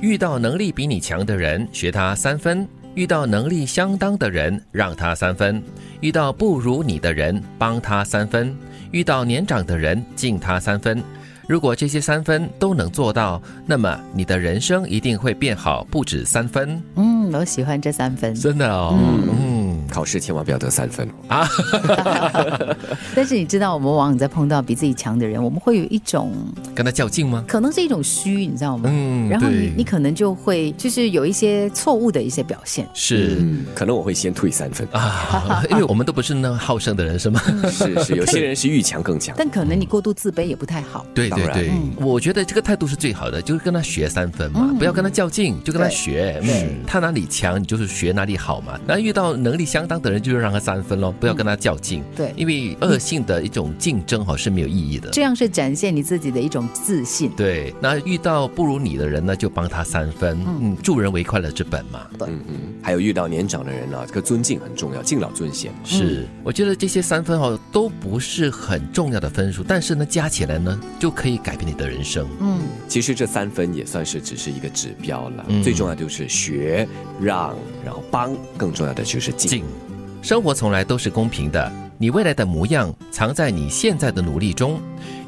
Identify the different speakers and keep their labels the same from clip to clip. Speaker 1: 遇到能力比你强的人，学他三分；遇到能力相当的人，让他三分；遇到不如你的人，帮他三分；遇到年长的人，敬他三分。如果这些三分都能做到，那么你的人生一定会变好，不止三分。
Speaker 2: 嗯，我喜欢这三分，
Speaker 1: 真的哦，嗯
Speaker 3: 考试千万不要得三分哦。
Speaker 2: 但是你知道，我们往往在碰到比自己强的人，我们会有一种
Speaker 1: 跟他较劲吗？
Speaker 2: 可能是一种虚，你知道吗？
Speaker 1: 嗯
Speaker 2: 然后
Speaker 1: 对
Speaker 2: 你你可能就会就是有一些错误的一些表现。
Speaker 1: 是、
Speaker 3: 嗯，可能我会先退三分。
Speaker 1: 啊，因为我们都不是那好胜的人，是吗？
Speaker 3: 是是，有些人是遇强更强。
Speaker 2: 但可能你过度自卑也不太好。
Speaker 1: 对对
Speaker 3: 当然嗯
Speaker 1: 对，我觉得这个态度是最好的，就是跟他学三分嘛，不要跟他较劲，就跟他学。嗯，他哪里强，你就是学哪里好嘛。那遇到能力相当的人，就是让他三分
Speaker 3: 嗯
Speaker 1: 咯，不要跟他较劲。
Speaker 2: 对
Speaker 1: 因为恶性的一种竞争哈是没有意义的。
Speaker 2: 这样是展现你自己的一种自信。
Speaker 1: 对，那遇到不如你的人呢，就帮他三分。嗯，助人为快乐之本嘛。
Speaker 3: 嗯嗯，还有遇到年长的人啊，这个尊敬很重要，敬老尊贤。
Speaker 1: 是，我觉得这些三分哦都不是很重要的分数，但是呢，加起来呢就可以改变你的人生。
Speaker 2: 嗯，
Speaker 3: 其实这三分也算是只是一个指标了，
Speaker 1: 嗯
Speaker 3: 最重要就是学、让，然后帮，更重要的就是敬。
Speaker 1: 敬。生活从来都是公平的，你未来的模样藏在你现在的努力中。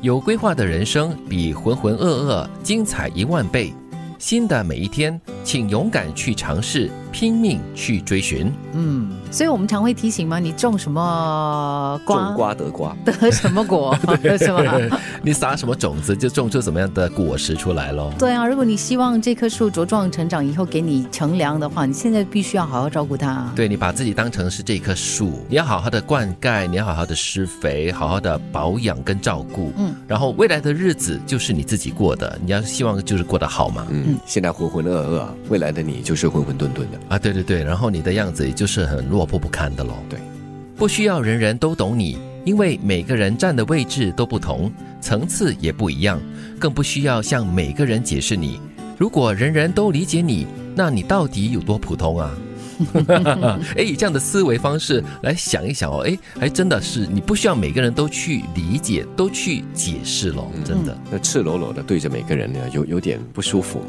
Speaker 1: 有规划的人生比浑浑噩噩精彩一万倍。新的每一天，请勇敢去尝试，拼命去追寻。
Speaker 2: 嗯，所以我们常会提醒嘛，你种什么瓜
Speaker 3: 种瓜得瓜，
Speaker 2: 得什么 果，是吗？
Speaker 1: 你撒什么种子，就种出什么样的果实出来咯。
Speaker 2: 对啊，如果你希望这棵树茁壮成长，以后给你乘凉的话，你现在必须要好好照顾它。
Speaker 1: 对你把自己当成是这棵树，你要好好的灌溉，你要好好的施肥，好好的保养跟照顾。
Speaker 2: 嗯，
Speaker 1: 然后未来的日子就是你自己过的，你要希望就是过得好嘛。
Speaker 3: 嗯，现在浑浑噩噩，未来的你就是浑浑沌沌的。
Speaker 1: 啊，对对对，然后你的样子也就是很落魄不堪的喽。
Speaker 3: 对，
Speaker 1: 不需要人人都懂你，因为每个人站的位置都不同，层次也不一样，更不需要向每个人解释你。如果人人都理解你，那你到底有多普通啊？ 哎，以这样的思维方式来想一想哦，哎，还真的是你不需要每个人都去理解，都去解释喽，真的。
Speaker 3: 那赤裸裸的对着每个人呢，有有点不舒服。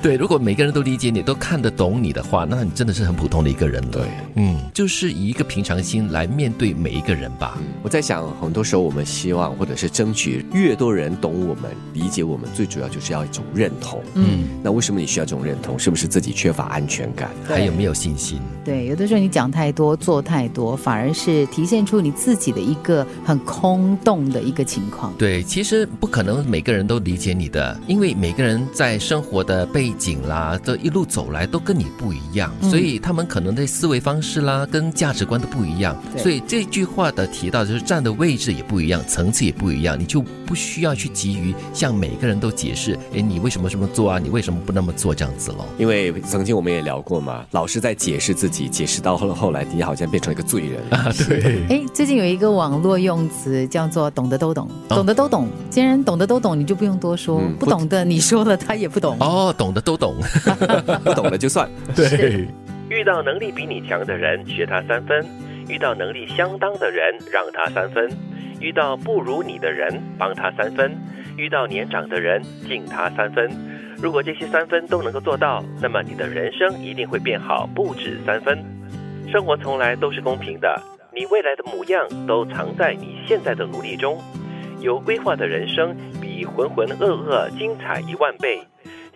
Speaker 1: 对，如果每个人都理解你，都看得懂你的话，那你真的是很普通的一个人了。
Speaker 3: 对，
Speaker 1: 嗯，就是以一个平常心来面对每一个人吧。
Speaker 3: 我在想，很多时候我们希望或者是争取越多人懂我们、理解我们，最主要就是要一种认同。
Speaker 2: 嗯，
Speaker 3: 那为什么你需要这种认同？是不是自己缺乏安全感？
Speaker 2: 对
Speaker 1: 还有没有信心？
Speaker 2: 对，有的时候你讲太多，做太多，反而是体现出你自己的一个很空洞的一个情况。
Speaker 1: 对，其实不可能每个人都理解你的，因为每个人在生活的背景啦，这一路走来都跟你不一样，
Speaker 2: 嗯
Speaker 1: 所以他们可能的思维方式啦，跟价值观都不一样。
Speaker 2: 对
Speaker 1: 所以这句话的提到就是站的位置也不一样，层次也不一样，你就不需要去急于向每个人都解释，哎，你为什么这么做啊？你为什么不那么做这样子咯？
Speaker 3: 因为曾经我们也聊过嘛，老是在解释自己，解释到后后来，你好像变成一个罪人。
Speaker 1: 对，
Speaker 2: 哎，最近有一个网络用词叫做“懂得都懂，懂得都懂”。既然懂得都懂，你就不用多说；
Speaker 3: 嗯
Speaker 2: 不懂的，你说了他也不懂。
Speaker 1: 哦，懂的都懂。
Speaker 3: 不懂了就算。
Speaker 1: 对，遇到能力比你强的人，学他三分；遇到能力相当的人，让他三分；遇到不如你的人，帮他三分；遇到年长的人，敬他三分。如果这些三分都能够做到，那么你的人生一定会变好，不止三分。生活从来都是公平的，你未来的模样都藏在你现在的努力中。有规划的人生比浑浑噩噩精彩一万倍。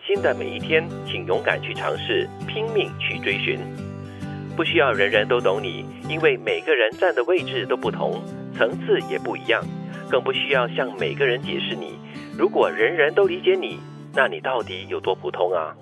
Speaker 1: 新的每一天，请勇敢去尝试，拼命去追寻。不需要人人都懂你，因为每个人站的位置都不同，层次也不一样，更不需要向每个人解释你。如果人人都理解你，那你到底有多普通啊？